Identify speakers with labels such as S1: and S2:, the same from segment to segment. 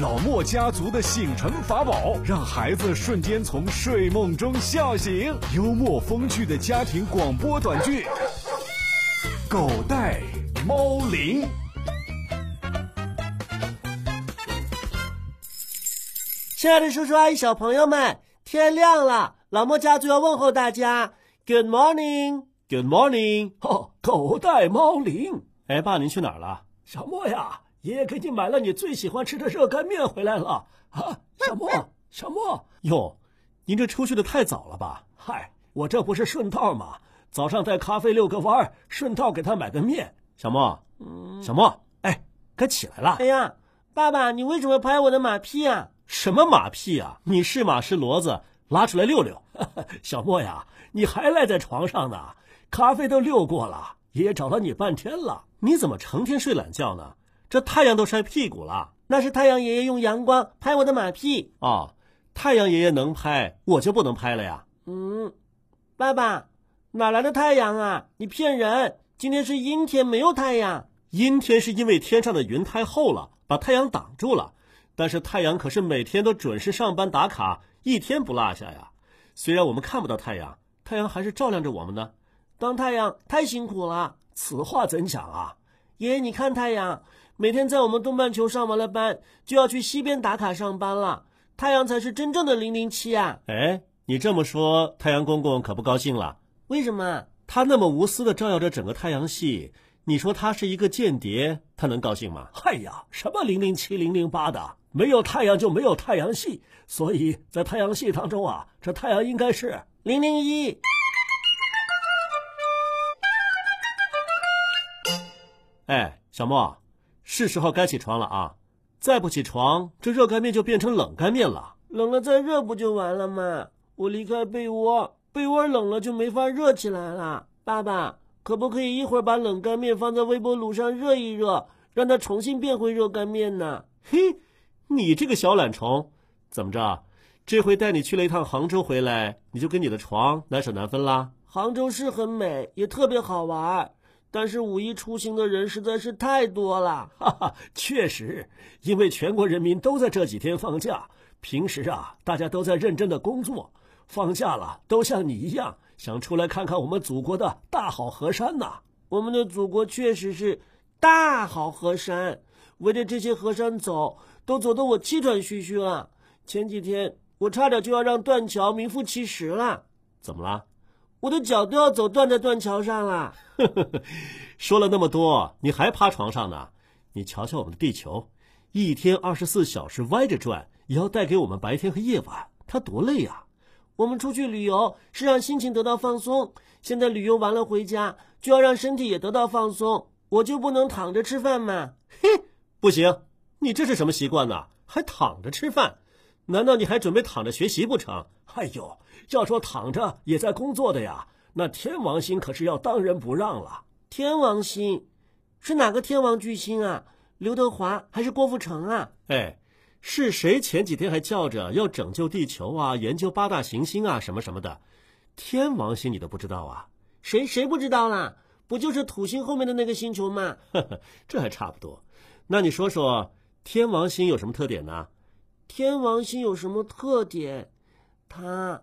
S1: 老莫家族的醒神法宝，让孩子瞬间从睡梦中笑醒。幽默风趣的家庭广播短剧，《狗带猫铃》。
S2: 亲爱的叔叔阿姨、小朋友们，天亮了，老莫家族要问候大家，Good morning，Good morning。
S3: 哦，狗带猫铃。
S2: 哎，爸，您去哪儿了？
S3: 小莫呀，爷爷给你买了你最喜欢吃的热干面回来了啊！小莫，小莫，
S2: 哟，您这出去的太早了吧？
S3: 嗨，我这不是顺道吗？早上带咖啡遛个弯儿，顺道给他买个面。
S2: 小莫，小莫，哎，该起来了
S4: 哦哎。呀，爸爸，你为什么拍我的马屁啊？
S2: 什么马屁啊？你是马是骡子，拉出来遛 遛。
S3: 小莫呀，你还赖在床上呢？咖啡都溜过了，爷爷找了你半天了。
S2: 你怎么成天睡懒觉呢？这太阳都晒屁股了
S4: 那是太阳爷爷用阳光拍我的马屁。
S2: 啊！太阳爷爷能拍，我就不能拍了呀。
S4: 嗯，爸爸，哪来的太阳啊？你骗人！今天是阴天，没有太阳。
S2: 阴天是因为天上的云太厚了，把太阳挡住了。但是太阳可是每天都准时上班打卡，一天不落下呀。虽然我们看不到太阳，太阳还是照亮着我们呢。
S4: 当太阳太辛苦了。
S3: 此话怎讲啊？
S4: 爷爷，你看太阳，每天在我们东半球上完了班，就要去西边打卡上班了。太阳才是真正的零零七啊！
S2: 哎，你这么说，太阳公公可不高兴了。
S4: 为什么？
S2: 他那么无私的照耀着整个太阳系，你说他是一个间谍，他能高兴吗？
S4: 哎
S3: 嗨呀，什么零零七、零零八的，没有太阳就没有太阳系，所以在太阳系当中啊，这太阳应该是
S4: 零零一，
S2: 哎，小莫，是时候该起床了啊！再不起床，这热干面就变成冷干面了。
S4: 冷了再热不就完了吗？我离开被窝，被窝冷了就没法热起来了。爸爸，可不可以一会儿把冷干面放在微波炉上热一热，让它重新变回热干面呢？
S2: 嘿，你这个小懒虫，怎么着？啊这回带你去了一趟杭州回来，你就跟你的床难舍难分啦？
S4: 杭州市很美，也特别好玩，但是五一出行的人实在是太多了。
S3: 哈哈，确实，因为全国人民都在这几天放假，平时啊，大家都在认真的工作，放假了都像你一样想出来看看我们祖国的大好河山呐、
S4: 我们的祖国确实是大好河山，围着这些河山走，都走得我气喘吁吁了。前几天我差点就要让断桥名副其实了，
S2: 怎么啦？
S4: 我的脚都要走断在断桥上了。
S2: 说了那么多，你还趴床上呢？你瞧瞧我们的地球，一天二十四小时歪着转，也要带给我们白天和夜晚，它多累啊呀、
S4: 我们出去旅游是让心情得到放松，现在旅游完了回家就要让身体也得到放松，我就不能躺着吃饭吗？
S2: 不行，你这是什么习惯呢？还躺着吃饭？难道你还准备躺着学习不成？
S3: 哎呦，要说躺着也在工作的呀，那天王星可是要当仁不让了。
S4: 天王星是哪个天王巨星啊？刘德华还是郭富城啊？
S2: 哎，是谁前几天还叫着要拯救地球啊，研究八大行星啊，什么什么的？天王星你都不知道啊？
S4: 谁谁不知道啦？不就是土星后面的那个星球吗？
S2: 这还差不多。那你说说天王星有什么特点呢？
S4: 天王星有什么特点？它，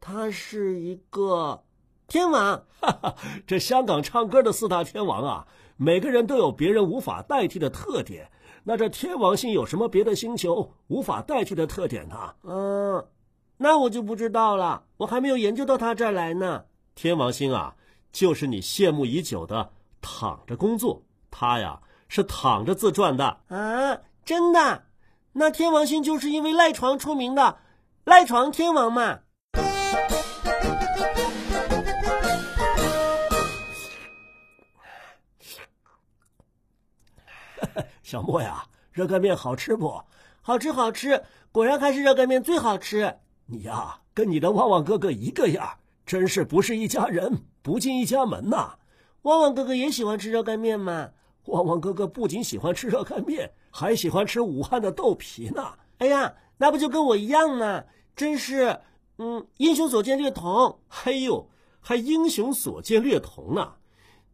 S4: 它是一个天王。
S3: 这香港唱歌的四大天王啊，每个人都有别人无法代替的特点。那这天王星有什么别的星球无法代替的特点呢？
S4: 嗯，那我就不知道了，我还没有研究到它这儿来呢。
S2: 天王星啊，就是你羡慕已久的躺着工作，他呀是躺着自赚的。
S4: 啊，真的？那天王星就是因为赖床出名的，赖床天王嘛。
S3: 小莫呀，热干面好吃不？
S4: 好吃好吃，果然还是热干面最好吃。
S3: 你呀、跟你的旺旺哥哥一个样儿，真是不是一家人，不进一家门呐、
S4: 旺旺哥哥也喜欢吃热干面嘛。
S3: 旺旺哥哥不仅喜欢吃热干面，还喜欢吃武汉的豆皮呢。
S4: 哎呀，那不就跟我一样吗？真是，嗯，英雄所见略同。
S2: 嘿呦，还英雄所见略同呢！
S4: 啊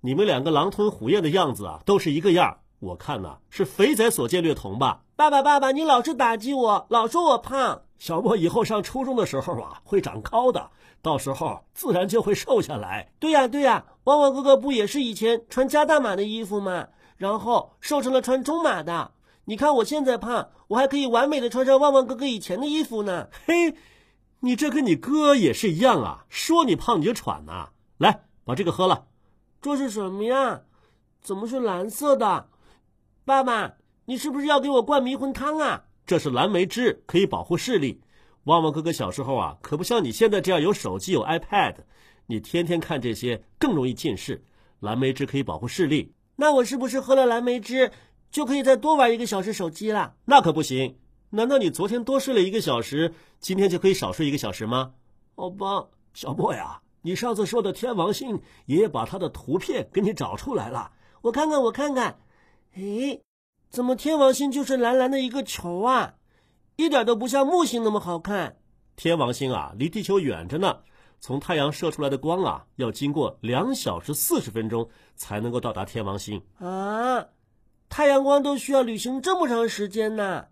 S2: 你们两个狼吞虎咽的样子啊，都是一个样儿。我看呐、是肥仔所见略同吧？
S4: 爸爸，爸爸，你老是打击我，老说我胖。
S3: 小莫以后上初中的时候啊，会长高的，到时候自然就会瘦下来。
S4: 对呀、对呀、旺旺哥哥不也是以前穿加大码的衣服吗？然后瘦成了穿中码的。你看我现在胖，我还可以完美的穿上旺旺哥哥以前的衣服呢。
S2: 嘿，你这跟你哥也是一样啊，说你胖你就喘呐、来，把这个喝了。
S4: 这是什么呀？怎么是蓝色的？爸爸，你是不是要给我灌迷魂汤啊？
S2: 这是蓝莓汁，可以保护视力。旺旺哥哥小时候啊，可不像你现在这样有手机有 iPad，你天天看这些更容易近视。蓝莓汁可以保护视力，
S4: 那我是不是喝了蓝莓汁就可以再多玩一个小时手机啦？
S2: 那可不行。难道你昨天多睡了一个小时，今天就可以少睡一个小时吗？
S3: 好吧，小莫呀，你上次说的天王星，爷爷把他的图片给你找出来了。
S4: 我看看，我看看，诶，怎么天王星就是蓝蓝的一个球啊？一点都不像木星那么好看。
S2: 天王星啊，离地球远着呢，从太阳射出来的光啊，要经过两小时四十分钟才能够到达天王星。
S4: 啊，太阳光都需要旅行这么长时间呢，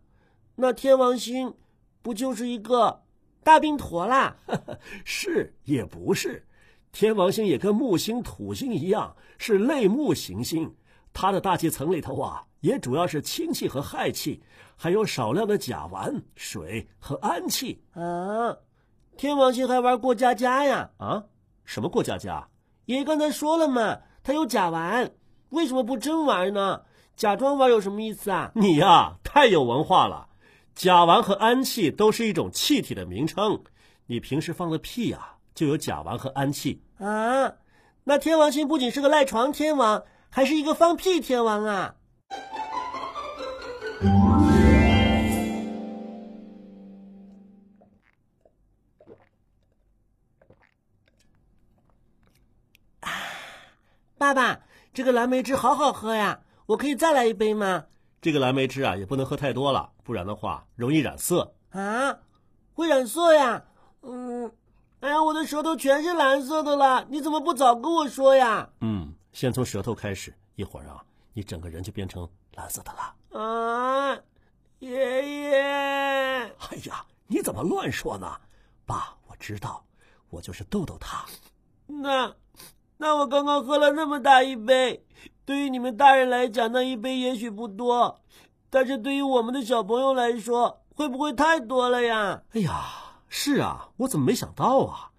S4: 那天王星不就是一个大冰坨啦？
S3: 是也不是，天王星也跟木星、土星一样是类木行星，它的大气层里头啊，也主要是氢气和氦气，还有少量的甲烷、水和氨气。
S4: 啊，天王星还玩过家家呀？
S2: 啊，什么过家家？
S4: 爷爷刚才说了嘛，他有假玩，为什么不真玩呢？假装玩有什么意思啊？
S2: 你呀、太有文化了。甲烷和氨气都是一种气体的名称，你平时放的屁呀、就有甲烷和氨气。
S4: 啊，那天王星不仅是个赖床天王，还是一个放屁天王啊！啊爸爸，这个蓝莓汁好好喝呀，我可以再来一杯吗？
S2: 这个蓝莓汁啊，也不能喝太多了，不然的话容易染色。
S4: 啊，会染色呀？嗯，哎呀，我的舌头全是蓝色的了，你怎么不早跟我说呀？
S2: 嗯，先从舌头开始，一会儿啊，你整个人就变成蓝色的了。
S4: 啊，爷爷，
S3: 哎呀，你怎么乱说呢？爸，我知道，我就是逗逗他。
S4: 那那我刚刚喝了那么大一杯，对于你们大人来讲，那一杯也许不多，但是对于我们的小朋友来说，会不会太多了呀？
S2: 哎呀，是啊，我怎么没想到啊？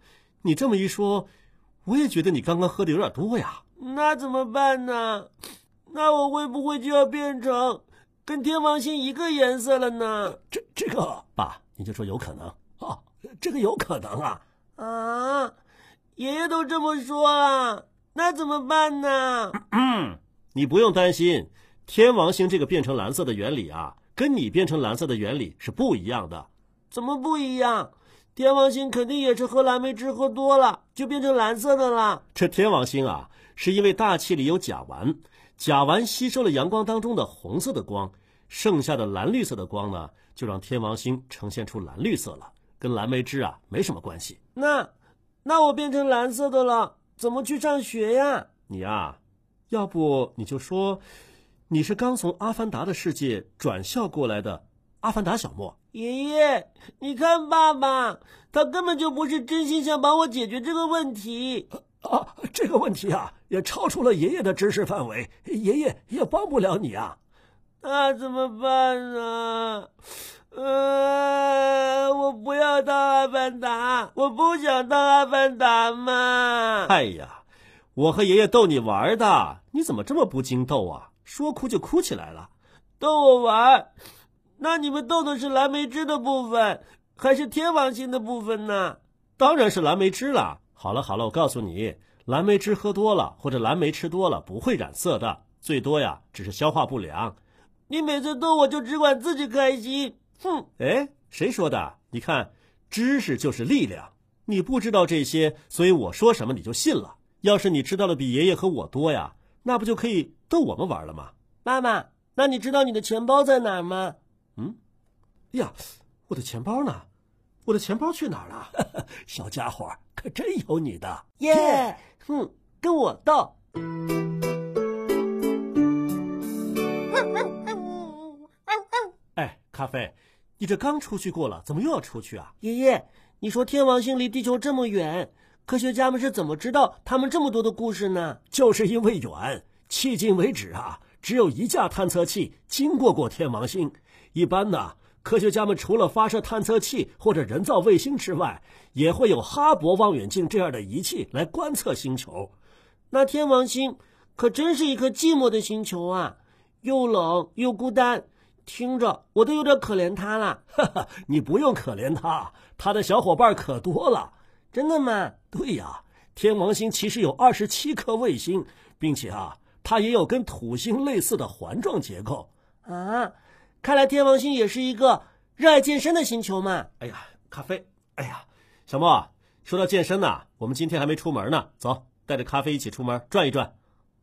S2: 你这么一说，我也觉得你刚刚喝的有点多呀。
S4: 那怎么办呢？那我会不会就要变成跟天王星一个颜色了呢？
S3: 这这个
S2: 爸，你就说有可能。
S3: 啊，这个有可能啊。
S4: 啊，爷爷都这么说了，那怎么办呢？
S2: 你不用担心，天王星这个变成蓝色的原理啊，跟你变成蓝色的原理是不一样的。
S4: 怎么不一样？天王星肯定也是喝蓝莓汁喝多了，就变成蓝色的了。
S2: 这天王星啊，是因为大气里有甲烷，甲烷吸收了阳光当中的红色的光，剩下的蓝绿色的光呢，就让天王星呈现出蓝绿色了，跟蓝莓汁啊没什么关系。
S4: 那，那我变成蓝色的了，怎么去上学呀？
S2: 你啊呀、要不你就说你是刚从《阿凡达》的世界转校过来的阿凡达小莫。
S4: 爷爷，你看爸爸，他根本就不是真心想帮我解决这个问题。
S2: 呃
S3: 啊，这个问题啊，也超出了爷爷的知识范围，爷爷也帮不了你啊。
S4: 那怎么办呢？呃，我不要当阿凡达，我不想当阿凡达嘛。
S2: 哎呀，我和爷爷逗你玩儿的，你怎么这么不经逗啊？说哭就哭起来了。
S4: 逗我玩儿，那你们逗的是蓝莓汁的部分，还是天王星的部分呢？
S2: 当然是蓝莓汁啦。好了好了，我告诉你，蓝莓汁喝多了或者蓝莓吃多了不会染色的，最多呀只是消化不良。
S4: 你每次逗我就只管自己开心，哼！
S2: 哎，谁说的？你看，知识就是力量。你不知道这些，所以我说什么你就信了。要是你知道的比爷爷和我多呀，那不就可以逗我们玩了吗？
S4: 妈妈，那你知道你的钱包在哪儿吗？
S2: 哎呀，我的钱包呢？我的钱包去哪儿了？
S3: 小家伙，可真有你的。
S4: 耶、哼，跟我 斗。
S2: 哎咖啡，你这刚出去过了，怎么又要出去啊？
S4: 爷爷，你说天王星离地球这么远，科学家们是怎么知道他们这么多的故事呢？
S3: 就是因为远，迄今为止啊，只有一架探测器经过过天王星。一般呢，科学家们除了发射探测器或者人造卫星之外，也会有哈勃望远镜这样的仪器来观测星球。
S4: 那天王星可真是一颗寂寞的星球啊，又冷又孤单，听着我都有点可怜它了。
S3: 哈哈，你不用可怜它，它的小伙伴可多了。
S4: 真的吗？
S3: 对呀、啊，天王星其实有二十七颗卫星，并且啊，它也有跟土星类似的环状结构
S4: 啊。看来天王星也是一个热爱健身的星球嘛。
S2: 哎呀，咖啡，哎呀，小莫、啊，说到健身呐、啊，我们今天还没出门呢，走，带着咖啡一起出门转一转。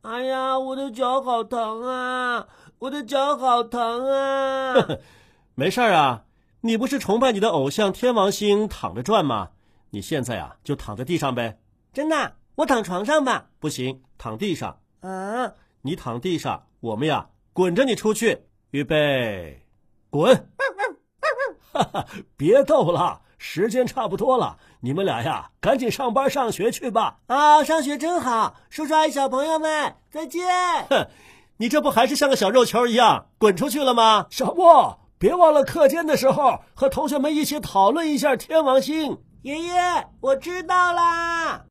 S4: 哎呀，我的脚好疼啊！我的脚好疼啊！呵呵
S2: 没事啊，你不是崇拜你的偶像天王星躺着转吗？你现在啊就躺在地上呗。
S4: 真的？我躺床上吧。
S2: 不行，躺地上。
S4: 啊！
S2: 你躺地上，我们呀滚着你出去。预备，滚！
S3: 哈哈，别逗了，时间差不多了，你们俩呀，赶紧上班上学去吧。
S4: 啊，上学真好，叔叔阿姨、小朋友们，再见。
S2: 哼，你这不还是像个小肉球一样滚出去了吗？
S3: 小莫，别忘了课间的时候和同学们一起讨论一下天王星。
S4: 爷爷，我知道啦。